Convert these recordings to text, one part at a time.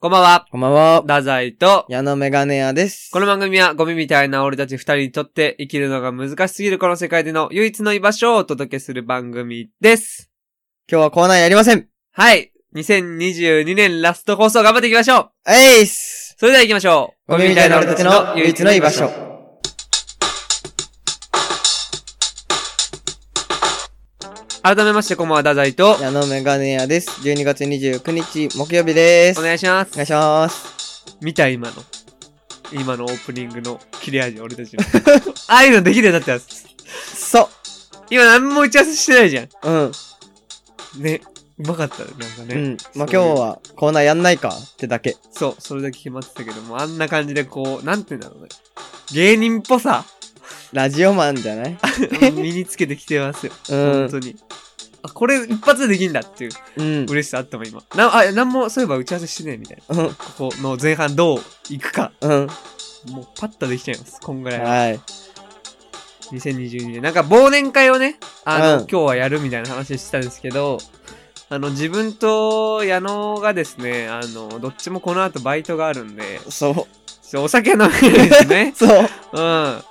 こんばんは。こんばんは。ダザイと、矢野メガネ屋です。この番組はゴミみたいな俺たち二人にとって生きるのが難しすぎるこの世界での唯一の居場所をお届けする番組です。今日はコーナーやりません。はい。2022年ラスト放送頑張っていきましょうえいっすそれでは行きましょうゴミみたいな俺たちの唯一の居場所。。改めまして、こんばんは、ダザイと、矢野メガネ屋です。12月29日木曜日です。おお願願いします。いします。見た今の。今のオープニングの切れ味、俺たちの。 ああいうのできるようになってます。そ今何も打ち合わせしてないじゃん。うん。ね。うまかったね、なんかね。うん。まあ、今そう日はコーナーやんないかってだけ。そう、それだけ決まってたけども、あんな感じでこう、なんて言うんだろうね。芸人っぽ さ、ラジオマンじゃない身につけてきてますよ。うん本当に。あ、これ一発でできんだっていううん。嬉しさあったもん、今。な、あ、なんも、そういえば打ち合わせしてねえみたいな。うん。ここの前半どう行くか。うん。もうパッとできちゃいます。こんぐらいは。はい。 2022年。なんか忘年会をね、あの、うん今日はやるみたいな話してたんですけど、あの、自分と矢野がですね、あの、どっちもこの後バイトがあるんで、そちょお酒は飲めないですね う。。そう。うん。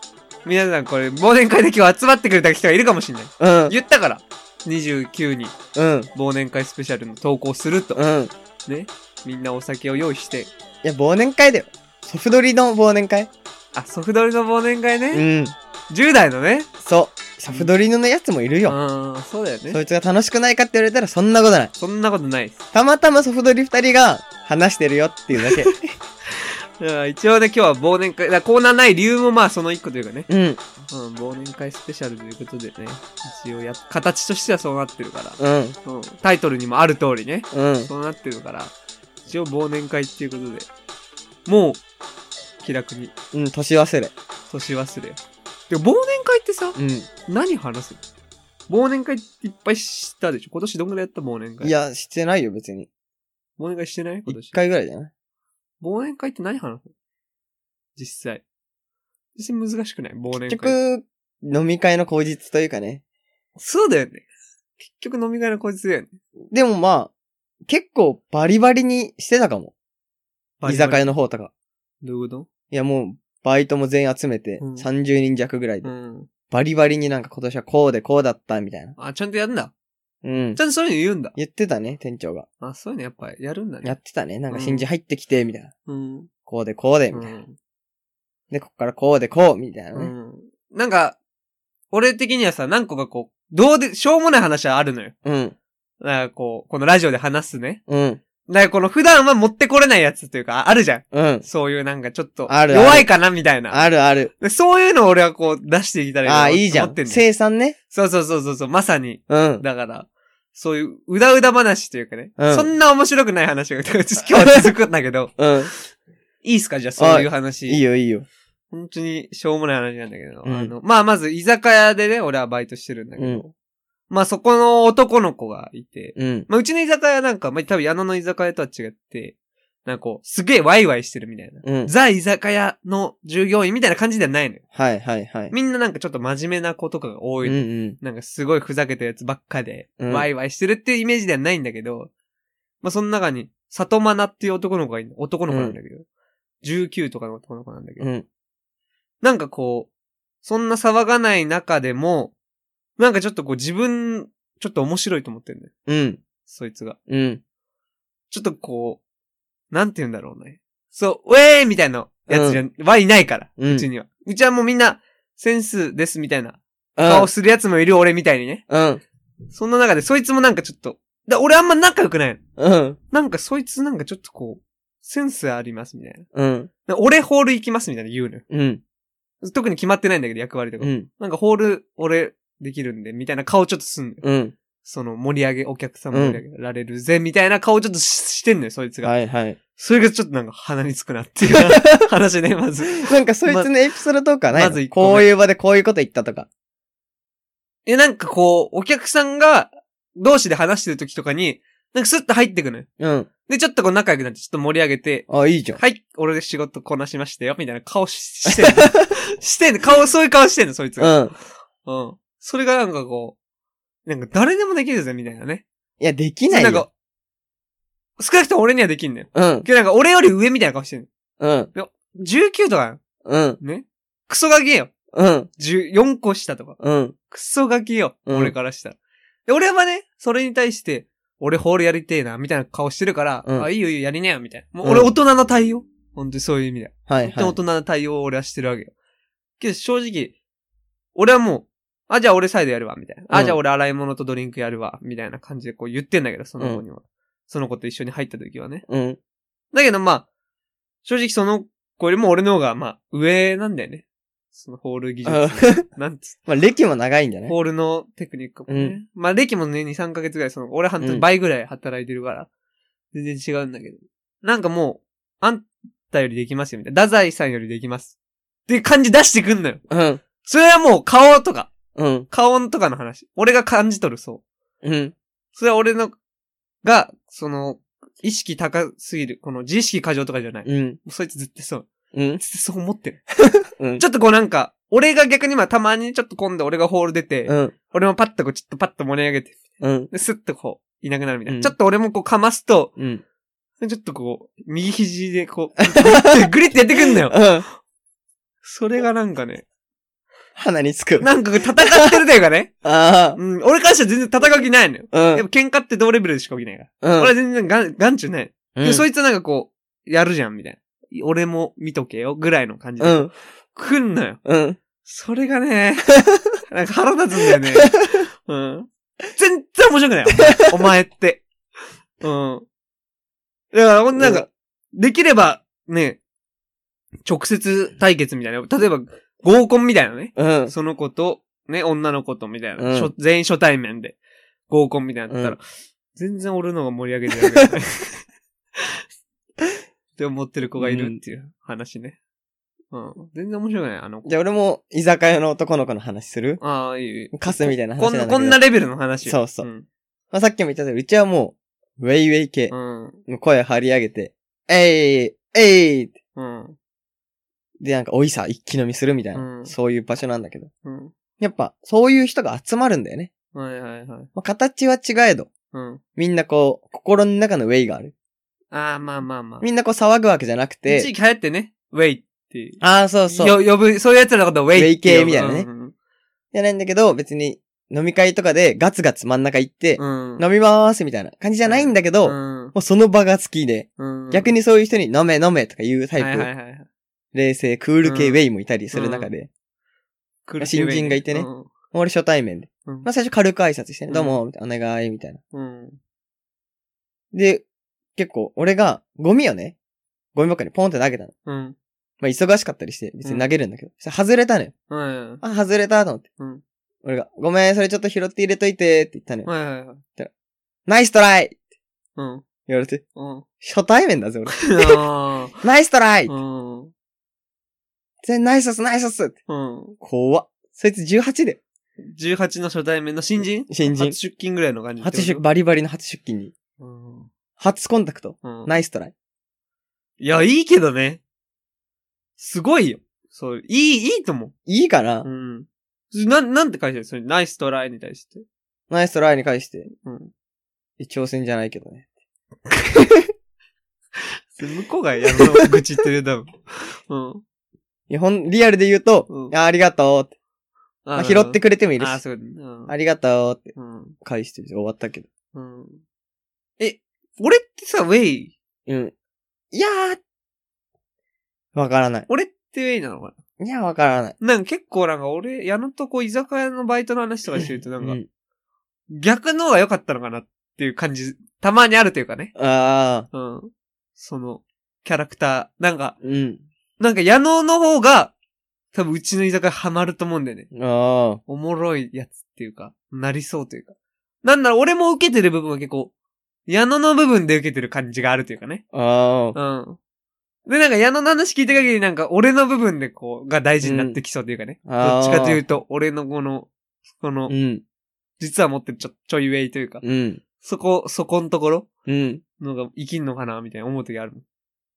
皆さんこれ、忘年会で今日集まってくれた人がいるかもしれない。うん。言ったから、29にうん。忘年会スペシャルの投稿すると。うん。いね。みんなお酒を用意して。や、忘年会だよ。ソフドリの忘年会あ、ソフドリの忘年会うね。ん。 10代のね。そう。ソフドリのやつもいるよ。うん、そうだよそね。いつが楽しくないかって言われたらそんなことない。そんなことないです。たまたまソフドリ二人が話してるよっていうだけ。だから一応ね、今日は忘年会、だからコーナーない理由もまあその一個というかね。 うん。うん、忘年会スペシャルということでね。一応や、形としてはそうなってるから。うん。うん、タイトルにもある通りね。うん。そうなってるから、一応忘年会っていうことで、もう、気楽に、うん。年忘れ。年忘れ。でも忘年会ってさ、うん。何話すの忘年会いっぱいしたでしょ今年どんぐらいやった忘年会。い、や、してないよ、別に。忘年会してない今一年。回ぐらいじゃない忘年会って何話すの実際。実際難しくない忘年結会。局、飲み会の口実というかね。そうだよね。結局飲み会のこいつだよね。でもまあ、結構バリバリにしてたかも。居酒屋の方とか。どういうこいや、もう、バイトも全員集めて、うん30人弱ぐらいとうで。ん。バリバリになんか今年はこうでこうだった、みたいな。あ、ちゃんとやるんだ。うんち。ゃんとそういうの言うんだ。言ってたね、店長が。あ、そういうのやっぱやるんだね。やってたね。なんか新人入ってきて、みたいな。うん。こうでこうで、みうたいな。ん。で、こっからこうでこう、みたいなうね。ん。なんか、俺的にはさ、何個かこう、どうで、しょうもない話はあるのよ。うん。だからこう、このラジオで話すね。うん。だからこの普段は持ってこれないやつというか、ああるじゃん。うん。そういうなんかちょっと、あるある弱いかなみたいな。あるある。でそういうのを俺はこう、出していきたらああ、ないいじゃと思ってん。んのよ生産ね。そうそうそうそうそう、まさに。うん。だから、そういう、うだうだ話というかね。うんそんな面白くない話が、ち ょっと今日は続くんだけど、 うん。いいっすかじゃあそういう話。いいよ、いいよ。本当にしょうもない話なんだけど、うんあの、まあまず居酒屋でね、俺はバイトしてるんだけど、うんまあそこの男の子がいて、うん。まあうちの居酒屋なんか、まあ多分矢野の居酒屋とは違って、なんかこう、すげえワイワイしてるみたいな。うん。ザ居酒屋の従業員みたいな感じではないのよ。はい、はい、はい。みんななんかちょっと真面目な子とかが多ういん、の。うん。なんかすごいふざけたやつばっかで、うんワイワイしてるっていうイメージではないんだけど、まあその中に、里マナっていう男の子がいる男の子なんだけど、19とかの男の子なんだけど、うん。なんかこう、そんな騒がない中でも、なんかちょっとこう自分、ちょっと面白いと思ってるね。うん。そいつが。うん。ちょっとこう、なんて言うんだろうね。そう、ウェーイみたいなやつじゃ、はいないから、うんうちには。うちはもうみんな、センスですみたいなうん顔するやつもいる俺みたいにね。うん。そんな中でそいつもなんかちょっと、だ俺あんま仲良くないの。うん。なんかそいつなんかちょっとこう、センスありますみたいな。うん。だ俺ホール行きますみたいな言うのよ。うん。特に決まってないんだけど役割とかも。うん。なんかホール、俺、できるんで、みたいな顔ちょっとすんのよ。うん。その、盛り上げ、お客さん盛り上げられるぜ、みたいな顔ちょっとししてんのよ、そいつが。はい、はい。それがちょっとなんか鼻につくなって いう話ね、まず。なんか、そいつのエピソードとかないのまず一個目こういう場でこういうこと言ったとか。え、なんかこう、お客さんが、同士で話してる時とかに、なんかスッと入ってくのよ。うん。で、ちょっとこう仲良くなって、ちょっと盛り上げて、あ、いいじゃん。はい、俺で仕事こなしましたよ、みたいな顔ししてんの。してんの、顔、そういう顔してんの、そいつうが。ん。うん。それがなんかこう、なんか誰でもできるぜ、みたいなね。いや、できないなんよ。か、少なくとも俺にはできんのよ。うん。今日なんか俺より上みたいな顔してるうん。の。19とかようん。ね。クソガキよ。うん。 14個下とか。うん。クソガキよ。うん俺からしたら。で、俺はね、それに対して、俺ホールやりてえな、みたいな顔してるから、うんあ、いいよいいよ、やりなよ、みたいな。もううん俺大人の対応。本当にそういう意味だよ。はい本はい。当に大人の対応を俺はしてるわけよ。けど正直、俺はもう、あ、じゃあ俺サイドやるわ、みたいな。あ、うんじゃあ俺洗い物とドリンクやるわ、みたいな感じでこう言ってんだけど、その子には。その子と一緒に入った時はね。うん。だけどまあ、正直その子よりも俺の方がまあ、上なんだよね。そのホール技術。なんつまあ、歴も長いんじゃないホールのテクニックもね。うんまあ、歴もね、2、3ヶ月ぐらい、その、俺半年倍ぐらい働いてるから、全然違うんだけど。なんかもう、あんたよりできますよ、みたいな。太宰さんよりできます。っていう感じ出してくんのよ。うん。それはもう顔とか、うん。顔とかの話。俺が感じ取る、そう。うん。それは俺の、が、その、意識高すぎる。この、自意識過剰とかじゃない。うん。そいつずっとそう。うん。ずっとそう思ってる。うん。ちょっとこうなんか、俺が逆にまあたまにちょっと今度俺がホール出て、うん。俺もパッとこうちょっとパッと盛り上げて、うん。で、スッとこう、いなくなるみたいな。うんちょっと俺もこうかますと、うん。ちょっとこう、右肘でこ う、グリってやってくんだよ。うん。それがなんかね、鼻につく。なんか戦ってるというかね。あうん、俺からしたら全然戦う気ないのよ。あ。やうっぱん。喧嘩って同レベルでしか起きないから。うん。俺は全然がん、眼中ない。うで、んそいつはなんかこう、やるじゃん、みたいな。俺も見とけよ、ぐらいの感じうで。ん。来んのよ。うん。それが ね、なんか腹立つんだよね。うん。全然面白くない。お前って。うん。だから、ほんとなんか、できれば、ね、直接対決みたいな。例えば、合コンみたいなね。うん。その子と、ね、女の子とみたいな。うんしょ全員初対面で、合コンみたいなのやったら、う全然俺の方が盛り上げてやる けどね。って思ってる子がいるっていう話ね。うん。全然面白くない、あの子。じゃあ俺も居酒屋の男の子の話するああ、いいよいいよ。カスみたいな話こんな、なんだけど。こんなレベルの話。そうそううん。まあ、さっきも言ったけど、うちはもう、ウェイウェイ系う。ん。もう声張り上げて、えい、えいってうん。で、なんか、おいさ、一気飲みするみたいな、うんそういう場所なんだけど。うん。やっぱ、そういう人が集まるんだよね。はいはいはい。まあ、形は違えど、うん。みんなこう、心の中のウェイがある。ああ、まあまあまあ。みんなこう騒ぐわけじゃなく一て時、期流行ってね。ウェイっていう。ああ、そうそう。よ、呼ぶ、そういう奴らのことをウェイって呼ぶウェイ系みたいなねうんじゃないんだけど、別に、飲み会とかでガツガツ真ん中行って、うん。うん飲みまーすみたいな感じじゃないんだけど、もうその場が好きで、うん。うん。逆にそういう人に飲め飲めとかいうタイプ、はいはいはいはい。冷静、クール系うんウェイもいたりする中で、苦しい新人がいてねウェイ俺初対面で。うん。まあ最初軽く挨拶してね、うんどうも、みたいなお願い、みたいな。うん。で、結構、俺が、ゴミをね、ゴミ箱にポンって投げたの。うん。まあ忙しかったりして、別に投げるんだけど。そしたら外れたのよ。うん。はいあ、外れたと思って。うん俺が、ごめん、それちょっと拾って入れといて、って言ったのよ。はいはいはい。ナイストライうん。言われて、 うん。初対面だぜ、俺。あナイストライーうん。全ナイスっす、ナイスっすってうん。怖っ。そいつ18で。 18の初対面の新人新人初出勤ぐらいの感じってこと。初出、バリバリの初出勤に。うん。初コンタクト。うん。ナイストライ。いや、いいけどね。すごいよ。そう、いい、いいと思いいかなう。うん。な、なんて書いてるそれ、ナイストライに対して。ナイストライに返して、うん。挑戦じゃないけどね。それ向こうがやるの、愚痴ってるだろ。うん。いや、ほん、リアルで言うと、うんあありがとうって。まあ、拾ってくくれてもいいれであー、す。そういうことありがとうってうん。返して終わったけど。うん。うん。え、俺ってさ、ウェイ。うん。いやーわからない。俺ってウェイなのかいや、わからない。ななんか結構なんか俺、矢野とこう居酒屋のバイトの話とかしてるとなんかう、ん、逆の方が良かったのかなっていう感じ、たまにあるというかね。あうん。その、キャラクター。なんか、ー。うん。なんか矢野の方が、多分うちの居酒屋ハマると思うんだよね。あおもろいやつっていうか、なりそうというか。なんなら俺も受けてる部分は結構、矢野の部分で受けてる感じがあるというかね。あ。ああ。うん。で、なんか矢野の話聞いた限りなんか俺の部分でこう、が大事になってきそうというかね。うんどっちかといううと、俺のこの、このう、ん。実は持ってるちょ、ちょいウェイというか、うん。そこ、そこんところうん。のが生きんのかなみたいな思う時あるもん。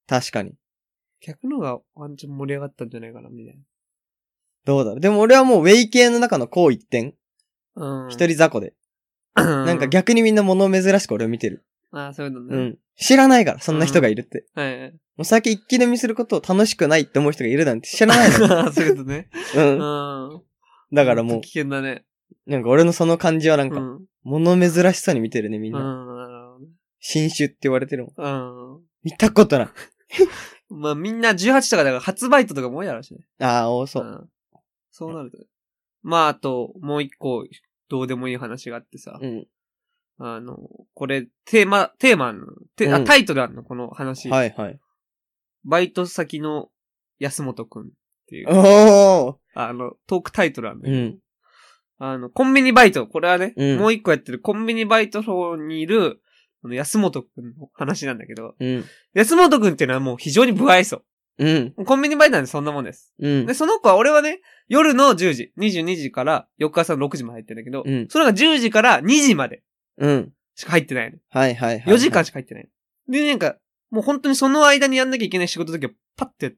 確かに。客の方がワンチャン盛り上がったんじゃないかなみたいどうだろう。でも俺はもうウェイ系の中のこう一点。な。うん。一人雑魚で。ななんか逆にみんな物珍しく俺を見てる。ああ、そういうのうね。ん。知らないから、そんな人がいるって。はいはい。お酒一気飲みすることを楽しくないって思う人がいるなんて知らないの。 ああ、そういうことね。ううん。ん。だからも危険だね。う、なんか俺のその感じはなんうか、ん。物珍しさに見てるね、みうんん。なな。るほどね新種って言われてるもうん。ん。見たことない。まあみんな18とかだから初バイトとかも多いだろうしね。ああ、多そう。んそうなるとね。まああと、もう一個、どうでもいい話があってさ。うん。あの、これ、テーマ、テーマあんの、てうあんタイトルあるのこの話。はいはい。バイト先の安本くんっていう、おーあの、トークタイトルあるの、うん。あの、コンビニバイト、これはね、うんもう一個やってるコンビニバイトの方にいる、あの、安本くんの話なんだけど、うん。安安本くんっていうのはもう非常に不愛想。うん。コンビニバイトなんでそんなもんです。うんで、。その子は俺はね、夜の10時、22時から翌朝の6時まで入ってるんだけど、うんそれが10時から2時までうん。しか入ってないの。はいはいはい。 4時間しか入ってない。で、なんか、もう本当にその間にやんなきゃいけない仕事の時は、パッて、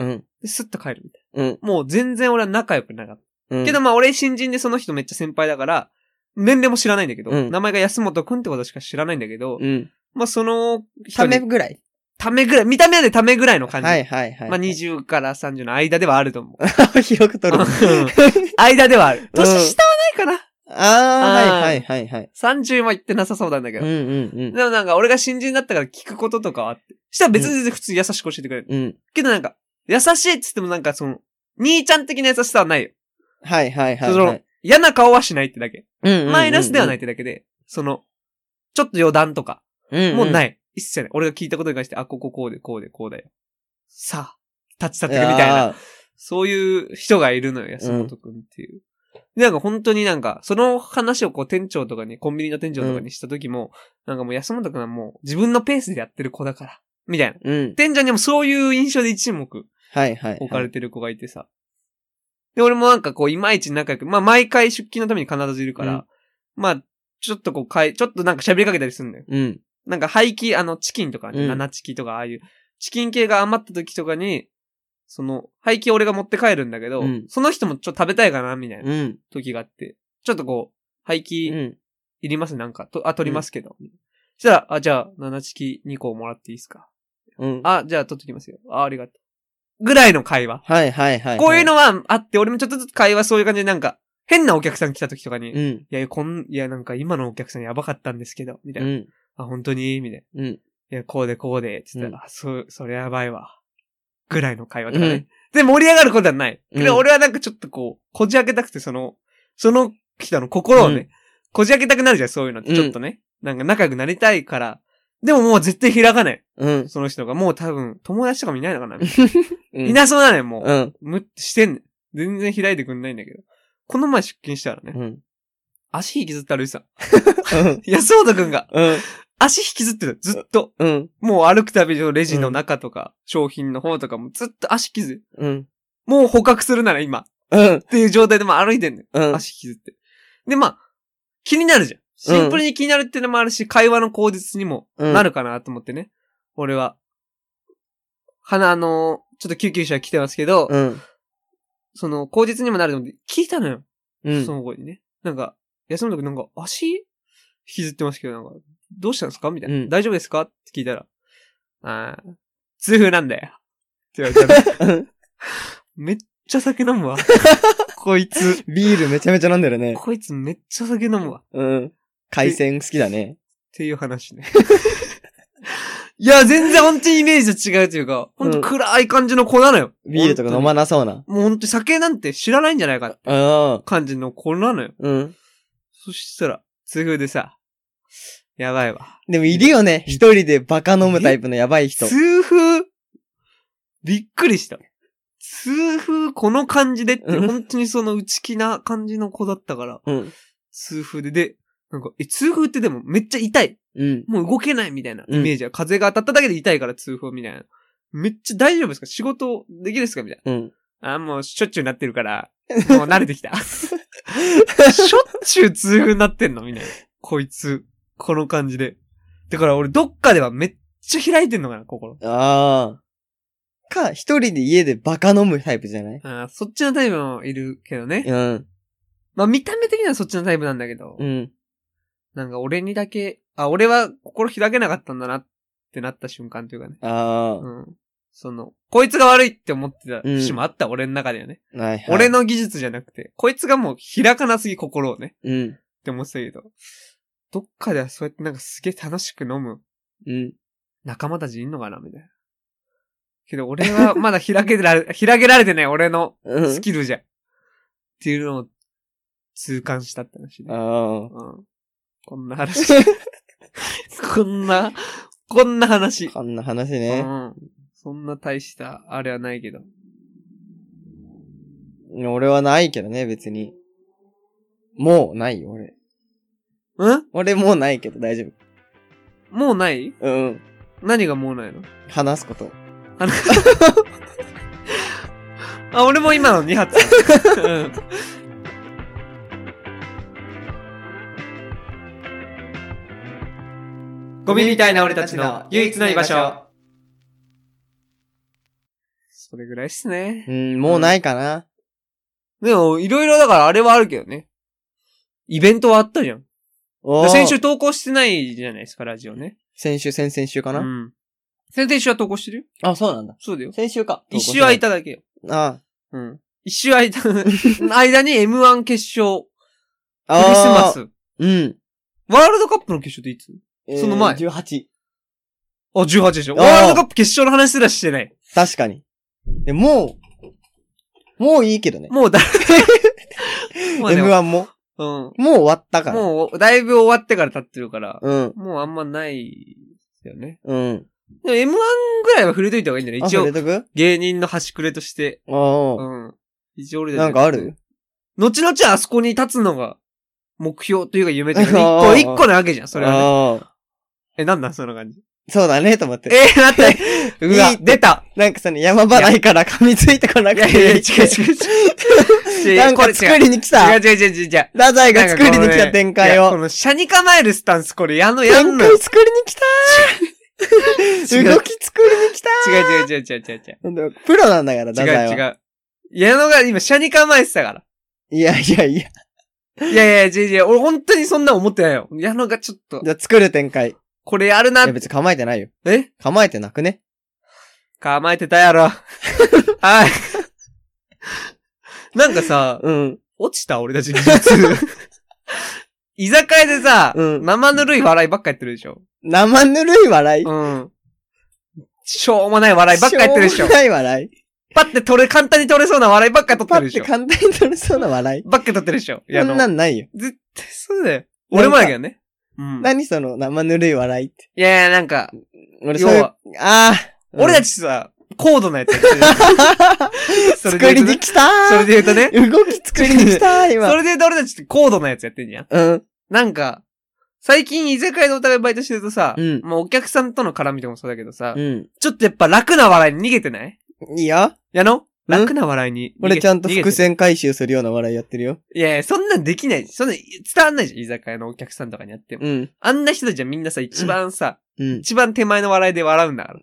うん。でスッと帰るみたいうん。な。もう全然俺は仲良くなかった。うん。けどまあ俺新人でその人めっちゃ先輩だから、年齢も知らないんだけど、うん名前が安本くんってことしか知らないんだけど、うん。まあそのた人めに、ぐらい。ためぐらい、見た目でためぐらいの感じ。はいはいはい。まあ20から30の間ではあると思う。 広く取うる。ん間ではある。年下はないかな、ああ、はいはいはいはい。 ?30 も言ってなさそうなんだけうんど。うんでもなんか俺が新人だったから聞くこととかはあって。したら別に全然普通に優しく教えてくれる。うん。うん。けどなんか、優しいっつってもなんかその、兄ちゃん的な優しさはないよ。はいはいはいそはのい。、嫌な顔はしないってだけ。うんうんうん。マイナスではないっ。てだけで、その、ちょっと余談とか、もうないい。一切ない。俺が聞いたことに関して、あ、こここうで、こうで、こうだよ。さあ、立ち去っいてくみたいな。やー。そういう人がいるのよ、安本くんっていう。でなんか本当になんか、その話をこう店長とかに、コンビニの店長とかにした時も、なんかもう安本くんはもう自分のペースでやってる子だから、みたいな。うん。店長にもそういう印象で一目はいはいはい。置かれてる子がいてさ。で、俺もなんかこう、いまいち仲良く、まあ毎回出勤のために必ずいるから、うんまあ、ちょっとこう、かい、ちょっとなんか喋りかけたりするんだよ。うん。なんか廃棄、あの、チキンとか、ねうん七チキとか、ああいう、チキン系が余った時とかに、その、廃棄俺が持って帰るんだけど、うんその人もちょっと食べたいかな、みたいなうん。時があって、ちょっとこう、廃う棄ん。いります、なんか、とあ、取りますけど。そしたら、あ、じゃあ、七チキ2個もらっていいですか。うん。あ、じゃあ取ってきますよ。あ、ありがとう。ぐらいの会話。はいはいはい。こういうのはあって、俺もちょっとずつ会話そういう感じでなんか、変なお客さん来た時とかに、ういん。や、こん、いや、なんか今のお客さんやばかったんですけど、みたういな。ん。あ、本当にみたいな。うんいや、こうでこうで、つったら、うんあ、そう、それやばいわ。ぐらいの会話とかね。で、盛り上がることはない。けうどん俺はなんかちょっとこう、こじ開けたくて、その、その人の心をね、うんこじ開けたくなるじゃん、そういうのって。うんちょっとね。なんか仲良くなりたいから。でももう絶対開かない。うん。その人が。もう多分、友達とかもいないのかな、うん。いなそうなのよ、もう。うん。むってしてんねん。全然開いてくんないんだけど。この前出勤したらね、うん。足引きずって歩いてた。うん。安本くんが、うん。足引きずってた、ずっと。うん。もう歩くたびのレジの中とか、商品の方とかもずっと足引きず。うん。もう捕獲するなら今。っうん。ていう状態でもう歩いてんね。うんん。足引きずって。で、まあ、気になるじゃん。シンプルに気になるっていうのもあるし、会話の口実にもうんなるかなと思ってね。俺は。花、あのーちょっと救急車来てますけど、うん。その、口実にもなると思って、聞いたのよ。うんそ。の子にね。なんか、休むときなんか足引きずってますけど、なんか、どうしたんですかみたいな、うん大丈夫ですかって聞いたら、あー痛風なんだよ。って言われ たらめっちゃ酒飲むわ。こいつ。ビールめちゃめちゃ飲んでるね。こいつめっちゃ酒飲むわ。っうん。海鮮好きだね。ていう話 ね。いや、全然本当にイメージと違うというか、本当暗い感じの子なのよ。ビールとか飲まなそうな。もう本当に酒なんて知らないんじゃないかってうん。感じの子なのよ。うん。そしたら、痛風でさ、やばいわ。でもいるよね。一人でバカ飲むタイプのやばい人。痛風びっくりした。痛風この感じでって、うん本当にその内気な感じの子だったから、うん。痛風で、で、なんか、え、痛風ってでもめっちゃ痛い。うん。もう動けないみたいなうんイメージは、風が当たっただけで痛いから痛風みたいな。めっちゃ大丈夫ですか仕事できるですかみたい うん。な。あ、もうしょっちゅうなってる から、もう慣れてきた。しょっちゅう痛風になってんのみたいな。こいつ、この感じで。だから俺どっかではめっちゃ開いてんのかな、心。ああ。か、一人で家でバカ飲むタイプじゃないあーそっちのタイプもいるけどね。うん。まあ見た目的にはそっちのタイプなんだけど、うん。なんか俺にだけ、あ、俺は心開けなかったんだなってなった瞬間というかね。ああ、うん。その、こいつが悪いって思ってたうん節もあった、俺の中ではね。はい、はい。俺、の技術じゃなくて、こいつがもう開かなすぎ心をね、うん、って思ってたけど、どっかではそうやってなんかすげえ楽しく飲むうん。仲間たちいんのかな、みたいな。けど俺はまだ開けられ、 開けられてない俺のうんス。キルじゃん。っていうのを痛感したって話ね。あうん。こんな話。 こんな、こんな話あ、。こんな話うね。ん。そんな大した、あれはないけど。俺はないけどね、別に。もうないよ、俺。うん俺もうないけど大丈もうない夫。うん。何がもうないの話すこと。あのあ、俺も今の2発。 うんゴミみたいな俺たちの唯一の居場所。。それぐらいっすね。うん、もうないかな。でも、いろいろだからあれはあるけどね。イベントはあったじゃん。おー先週。投稿してないじゃないですか、ラジオね。先週、先々週かうな、ん。先々週は投稿してるよ。あ、そうなんだ。そうだよ。先週か。一周空いた。ただけよ。あうん。一周空いた、 間に M1 決勝、あ。クリスマあー。ス。うん。ワールドカップの決勝っていつえーその前18。あ、18でしょ。あーワールドカップ決勝の話すらしてない。確かに。で、もう、もういいけどね。もう だ、もうね M1 も。うん。もう終わったから。もう、だいぶ終わってから経ってるから、うん。もうあんまない、よね。うん。でも M1 ぐらいは触れといた方がいいんじゃないあ一触れ応、とく芸人の端くれとして。あうん。一応俺あ。たちなんかある後々あそこに立つのが、目標というか夢という あか、ー一個、一個なわけじゃん、それは、ね。ああ。え、なんなんその感 じ。そうだね、と思って。えー、待 って。うわいい、出た。なんかその山場ないから噛みついてこ ないくやいてや、 違う違う 違う。 なんこかれ作りに来た違う違う違う違う違う。ラザイがなん作かりこのにね来た展開いやをこ。の、シャに構えるスタンス、これ、やんの、やん展のよ。開作りに来た違う動き作りに来た違う違う違う違う違う違う。なんだよプロなんだから、ダ違ザイは。う違う。矢野が今、シャに構えてたから。いやいやいや。いやいや、違う違う。俺、本当にそんな思ってないよ。矢野がちょっとじ、ゃあ作る展開。いこれやるなや、。別に構えてないよ。え構えてなくね。構えてたやろ。はい。なんかさ、うん。落ちた俺たち技術。居酒屋でさ、うん生ぬるい笑いばっかやってるでしょ。生ぬるい笑い。うん。しょうもない笑いばっかやってるでしょょう。もない笑い。パッて取れ、簡単に取れそうな笑いばっか取ってパるッでしてょ。簡単に取れそうな笑い。ばっか取ってるでしょ。いや、こあんのなんないよ。絶対そうだよ。なんか俺もだけどね。うん。何その生ぬるい笑いって。いやいや、なんか、俺要そういうは、、ああ。俺たち、ちさ、高度なやつやってるじゃんそれ 作で言うりとにね来たそれーで言うとね。動き作りに来たー、そ今。れで言うと俺たちって高度なやつやってんじゃん。うん。なんか、最近居酒屋でお互いバイトしてるとさ、うんもうお客さんとの絡みとかもそうだけどさ、うちょっとやっぱ楽な笑いに逃げてないん。いいよ。やの楽な笑いに逃げ俺ちゃんと逃げ伏て線回収するような笑いやってるよ。いやいや、そんなんできない。そんなん伝わんないじゃん、居酒屋のお客さんとかにやっても。うん。あんな人たちはみんなさ、一番さ、うん。一番手前の笑いで笑うんだ から。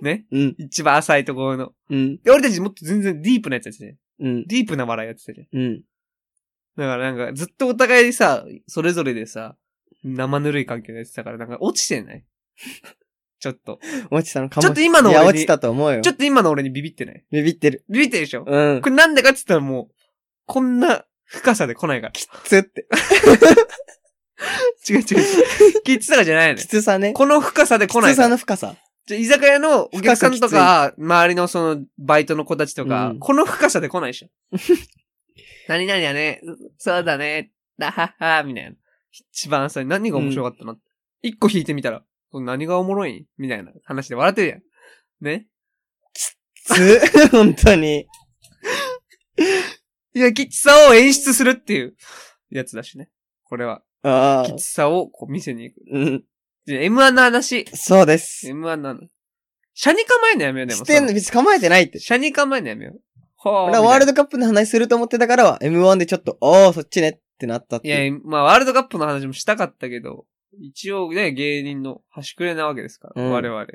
ね。うん。一番浅いところの。うん。で、俺たちもっと全然ディープなやつやってたじゃん。うん。ディープな笑いやってたじゃん。うん。だからなんか、ずっとお互いさ、それぞれでさ、生ぬるい環境でやってたから、なんか落ちてない ちょっと。落ちたのかもちょっと今のい俺にや、落ちたと思うよ。ちょっと今の俺にビビってないビビってる。ビビってるでしょ、こうん。れなんでかって言ったらもう、こんな深さで来ないから。きつって。違う違う違う。きつさじゃないのきよ。つさね。この深さで 来きなついかさら。の深さ。じゃあ居酒屋のお客さんと深さか、周りのその、バイトの子たちとか、うんこの深さで来ないでしょ。 何々やね、そうだね、だはは、みたいな。一番最初何が面白かったの、一個引いてみたら、これ何がおもろいみたいな話で笑ってるやん。ねつ、本当に。いや、きつさを演出するっていうやつだしね。これは。ああき。つさをこう見せに行く。うん。で M1 の話。そうです。 M1 なの。シャに構えんのやめよう、でも。してんの、別に構えてないって。シャに構えんのやめよう。は俺はワールドドカップの話すると思ってたから、M1 でちょっと、おー、そっちねってなったっていいう。や、まあワールドカップの話もしたかったけど、一応ね、芸人の端くれなわけですから、うん我々。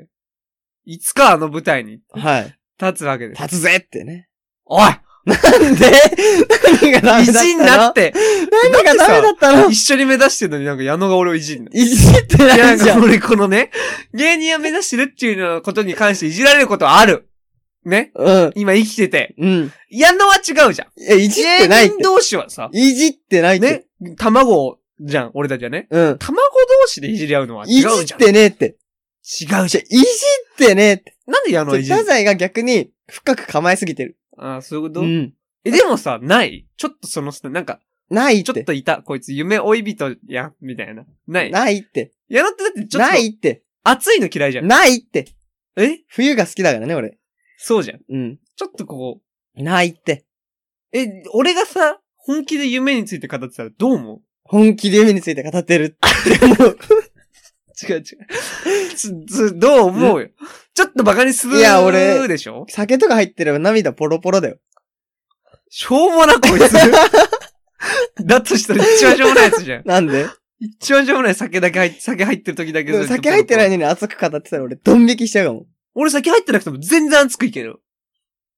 いつかあの舞台にはい。立つわけです。 立つぜってね。おいなんで何がダメだったの意地になって、何がダメだったの一緒に目指してるのになんか矢野が俺をいじんの。いじっていや、なないんじゃかん。俺このね、芸人を目指してるっていうのことに関していじられることはある。ねうん。今生きてて。うん。矢野は違うじゃん。いや、いじってないっ芸人て。同士はさ、いじってないって。ね、卵じゃん、俺たちはね。うん。卵同士でいじり合うのは違いうじじゃっん。てねえって。違うじじゃ、いじってねえって。ゃん。なんで矢野はいじ太る宰が逆に深く構えすぎてる。ああ、そういうこと、うん。え、でもさ、ないちょっとその、なんか、ないっ。ちょってといた、こいつ夢追い人やん、みたいな。ない。ないって。矢野ってだってちょっなといって。暑いの嫌いじゃん。ないって。え冬が好きだからね、俺。そうじゃん。うん。ちょっとこないって。う、え、俺がさ、本気で夢について語ってたらどう思う本気で夢について語ってるって思 う。違う違う。つ、つ、どう思うよ。ちょっとバカにするいや俺でしょ酒とか入ってれば涙ポロポロだよ。しょうもな、こいつ。 だとしたら一番しょうもないやつじゃん。なんで一番しょうもない酒だけ入っ酒入ってる時だけでも酒入ってないい。のに熱く語ってたら俺ドン引きしちゃうかも。俺酒入ってなくても全然熱くいける。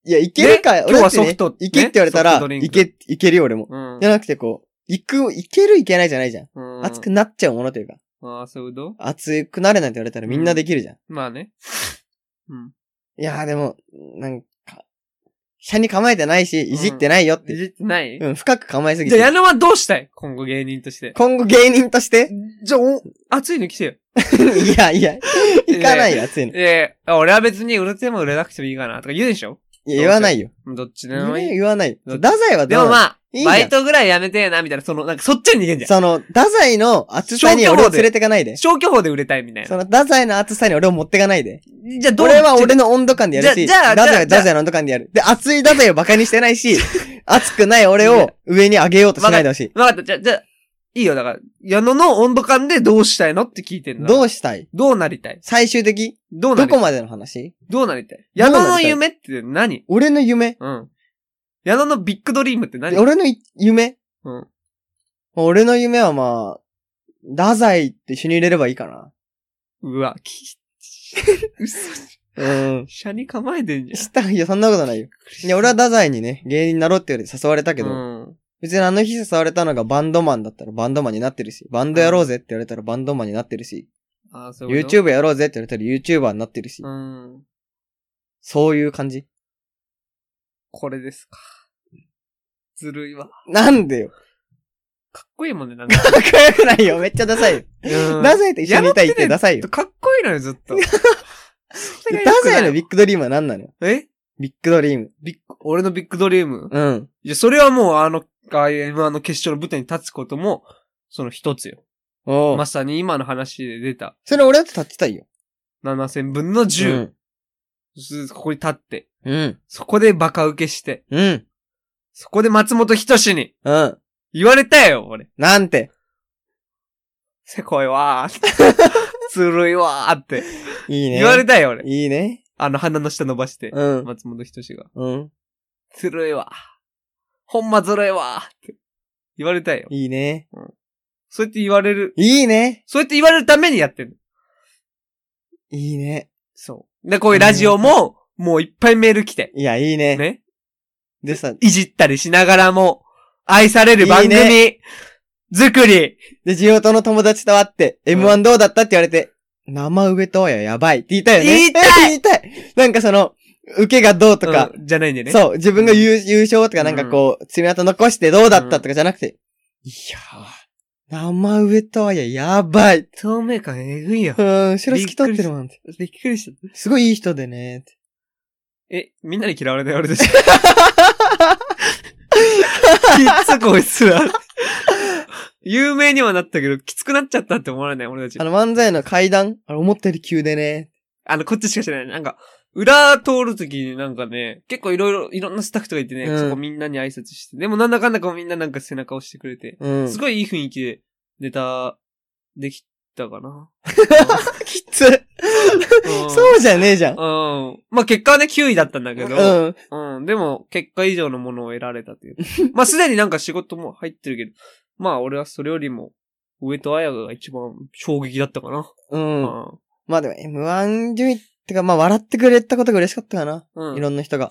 いや、いけるか。ね俺だっ今日てねはソフトいけって言われたねらソフトド、リンクいけ、いけるよ俺も。うんじ。ゃなくてこう、いく、いけるいけないじゃないじゃん。うん熱くなっちゃうものというか、ああ、そういうこと熱くなれなんて言われたらみんなできるじゃん。まあね。うん。いやーでも、なんか、車に構えてないし、いじってないよって。いじってない、うん、深く構えすぎじゃてある。矢野はどうしたい今後芸人として。今後芸人として じゃあ、お、熱いの来てよ。いやいや、行かないよ、熱いの。いええ俺は別に売れても売れなくてもいいかなとか言うでしょや、言わないよ。どっちで言もわないいい。言わない。どう太宰はでどもうまあ、いいんだバよイトぐらいやめてえな、みたいな、その、なんかそっちに逃げんじゃん。その、太宰の熱さに俺を連れてかないで。消去法で売れたいみたいそな。の、太宰の熱さに俺を持ってかないで。じゃあどう俺は俺の温度感でやるし、じゃあじゃあ太宰はじゃあ太宰の温度感でやる。で、熱い太宰を馬鹿にしてない し、熱くない俺を上に上げようとしないでほしい。わかった。じゃあ、じゃあ、いいよ。だから、矢野の温度感でどうしたいのって聞いてんだ。どううしたいどうなりたい最終的どうなどりたこいまでの話どうなりたいど矢うなりた野いの夢って何俺の夢うん。矢野のビッグドリームって何俺のい夢うん。俺の夢はまあ、太宰と一緒に入れればいいかな。うわ、き、嘘。うん。車に構えてんじゃん。したいよ、そんなことないよ。いや、俺は太宰にね、芸人になろうって言われて誘われたけど、うん。別にあの日誘われたのがバンドマンだったらバンドマンになってるし、バンドやろうぜって言われたらバンドマンになってるし、あーそういうこと。 YouTube やろうぜって言われたら YouTuber になってるし、うん。そういう感じ。これですか。ずるいわ。なんでよ。かっこいいもんね、なんか。かっこよくないよ。めっちゃダサいよ。うんダサいと一緒にいたいっやてダサいよ。かっこいいのよ、ずっ と。それがダ良くなサいいのビッグドリームは何なのよえビッグドリーム。ビッグ、俺のビッグドリーム。うん。いや、それはもうあの、IM の決勝の舞台に立つことも、その一つよ。おうまさに今の話で出た、それ俺だって立ってたいよ。 7000分のう10、ん。すここに立って、うん。そこでバカ受けして、うん。そこで松本人志にうん。言われたよ、俺。なんて。せこいわー って。ずるいわーって。いいね。言われたよ、俺。いいね。あの、鼻の下伸ばして、うん。松本人志が。うん。ずるいわー。ほんまずるいわーって。言われたよ。いいね。そうやって言われる。いいね。そうやって言われるためにやってる。いいね。そう。で、こういうラジオも、もういっぱいメール来て。いや、いいね。ね。でさ、いじったりしながらも、愛される番組、いい作り。で、地元の友達と会って、ん M1 どうだったって言われて、生上とややばいって言いたいよね。言いたい 言いたいなんかその、受けがどうとか、うんじゃないんでね。う。そう、自分が優優勝とかなんかこう、爪痕残してどうだったとかじゃなくて、いやー、生上とはややばい。透明感えぐいよう。ん、後ろ透き通ってるもんって。びっくりした。すごいいい人でねって。え、みんなに嫌われない俺で しょ。きつこいつら。有名にはなったけど、きつくなっちゃったって思われない、俺たちあ。の漫才の階段、あれ思ったより急でね。あの、こっちしか知らない。なんか、裏通るときになんかね、結構いろいろ、いろんなスタッフとかいてね、うんそこみんなに挨拶して。でもなんだかんだこうみんななんか背中押してくれて。うん。すごいいい雰囲気でネタできたか な。きつ。 そうじゃねえじゃん。うん。うん。まあ結果はね、9位だったんだけど、うん。うん。でも、結果以上のものを得られたという。まあすでになんか仕事も入ってるけど、まあ俺はそれよりも、上戸彩が一番衝撃だったかな。うん。うまあでも M1 順位ってか、まあ笑ってくれたことが嬉しかったかな。ん。うん。いろんな人が。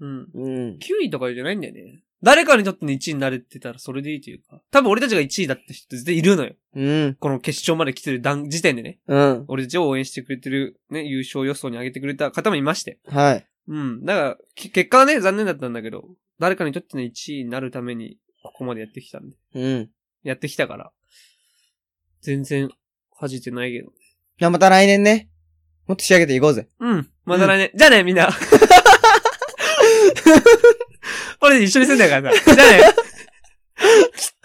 うん。う9ん。位とかじゃないんだよね。誰かにとっての1位になれてたらそれでいいというか。多分俺たちが1位だった人って絶対いるのよ。うん。この決勝まで来てる段時点でね。うん。俺たちを応援してくれてる、ね、優勝予想に上げてくれた方もいまして。はい。うん。だから、け結果はね、残念だったんだけど、誰かにとっての1位になるために、ここまでやってきたんで。うん。やってきたから。全然、恥じてないけど。じゃあまた来年ね。もっと仕上げていこうぜ。うん。また来年。じゃあね、みん な。俺一緒に住んだからさ。じゃ あね。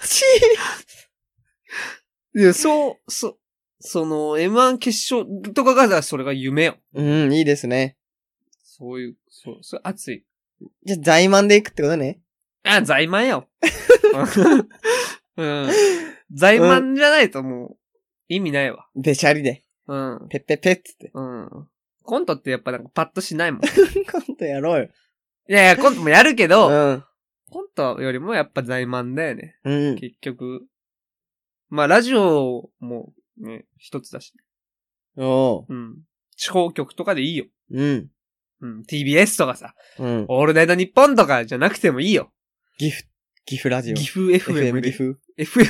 ちいや、そう、そ、その、M1 決勝とかが、だからそれが夢よ。うん、いいですね。そういう、そう、それ熱い。じゃあ、在満でいくってことね。あ、財満よ。うん。財満じゃないともう、意味ないわ。べしゃりで。うん。ペッペッペッ つって。うん。コントってやっぱなんかパッとしないもん。い今度やろうよ。やいや、コントもやるけど、うん。コントよりもやっぱ財満だよね。うん。結局。まあ、ラジオもね、一つだし。おうう。ん。地方局とかでいいよ。うん。うん。TBS とかさ。うん。オールナイトニッポンとかじゃなくてもいいよ。ギフ、ギフラジオ。岐阜 FM FM でギ。フ。 FM、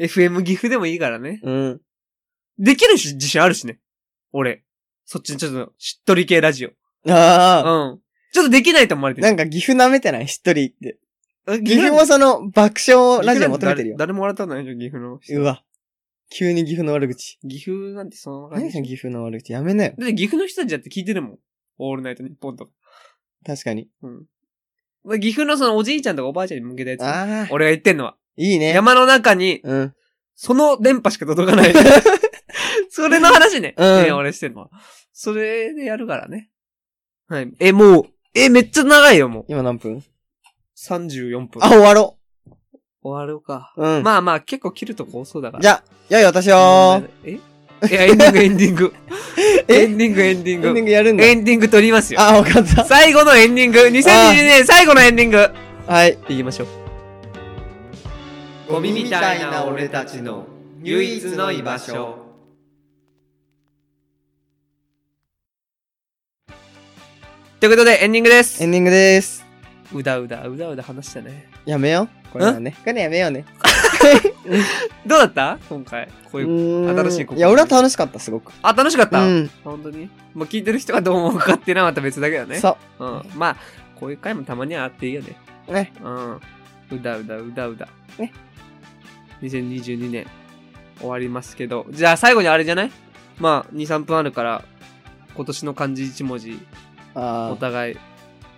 FM 岐阜でもいいからね。うん。できるし、自信あるしね。俺。そっちのちょっと、しっとり系ラジオ。うあん。ちょっとできないと思われあ。てなんか、か岐阜舐めてないしっとりって。え岐阜もその爆笑ラジオ求めてる岐阜なよん誰。誰も笑ったことないでしょ、岐阜の人。うわ。急に岐阜の悪口。岐阜なんてそのまま何その岐阜の悪口。やめなよ。だって岐阜の人たちだって聞いてるもん。オールナイトニッポンとか。確かに。うん。まあ岐阜のそのおじいちゃんとかおばあちゃんに向けたやつ。ああ。俺が言ってんのは。いいね。山の中に、うん。その電波しか届かない。 それの話ね。うんね俺してるのは。それでやるからね。はい。え、もう、え、めっちゃ長いよ、もう。今何分34分。あ、終わろ終わるか。う。うん。まあまあ、結構切るとこ多そうだから。じゃゃあ、良いお年を。えいや、エンディング、エンディン グ。えエンディング、エンディンエンディング。グやるんだ。エンディング取りますよ。あ、わかった。最後のエンディング。2022年最後のエンディング。はい。いきましょう。ゴミみたいな俺たちの唯一の居場所。ということで、エンディングでエすン。ディングです。うだうだ、うだうだ話したね。やめよう。これはね。これやめようね。どうだった今回。こう いう。新新しい試みいや、俺は楽しかった、すごく。あ、楽しかっうた、ん。本当に。まあ、聞いてる人がどう思うかっていうのはまた別だけどね。。そうん。まあ、こういう回もたまにはあっていいよね。う。ね。うん。うだうだ、うだうだ。ね。 2022年、終わりますけど。じゃあ、最後にあれじゃないまあ、2、3分あるから、今年の漢字1文字、おあ互い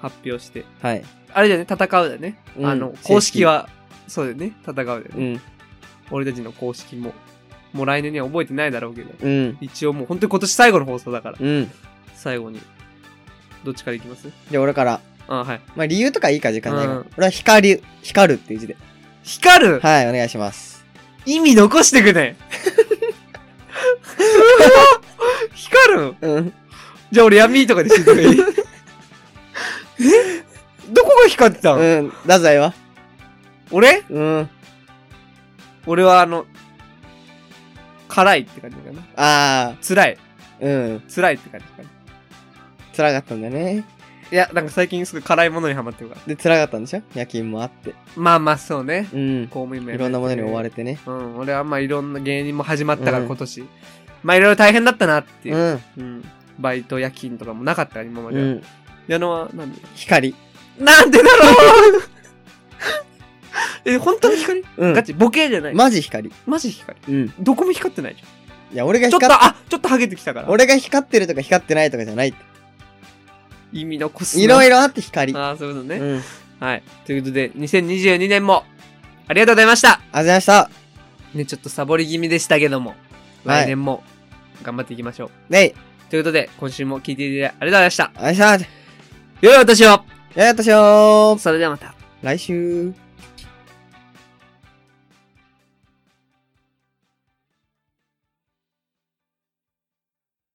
発表して。あ。はい。あれだよね、戦うだよね。うんあの、公式は、そうだよね、戦うだよね。うん。俺たちの公式も、もう来年には覚えてないだろうけど、うん。一応もう本当に今年最後の放送だから、うん。最後に。どっちからいきますじゃあ、俺から。あはい。まあ、理由とかいいか、時間ないかうらん。俺は光、光るっていう字で。光る、はい、お願いします。意味残してくね 光るうん。じゃあ俺闇とかで死んだらいいえどこが光ってたの、うん。太宰は俺うん。俺はあの、辛いって感じかな。あ辛い。あ。うん。辛いって感じかな。辛かったんだよね。いや、なんか最近すごい辛いものにハマってるから。で、辛かったんでしょ夜勤もあって。まあまあそうね。うん。公務員もやめていろんなものに追われてね。うん、俺はまあいろんな芸人も始まったからうん今年。まあいろいろ大変だったなっていうう。ん。うん。バイト夜勤とかもなかったから今までうは。ん。矢野はなんで光。なんでだろ うえ、本当に光、うんガ。チボケじゃない。ま、マジ光。マジ光うん。どこも光ってないじゃいや、俺がん。ちょっと、光っあ、ちょっとハゲてきたから。俺が光ってるとか光ってないとかじゃないって。意味残すな。いろいろあって光。うん。あああ、そういうことりね、がとうはい。ということで、2022年も、ありがとうございました。ございました。ね、ちょっとサボり気味でしたけども、はい来年も頑張っていきましょう。ねい。ということで、今週も聞いていただきありがとうございました。ありがとうございました。良いお年をややっとしようそれではまた。来週。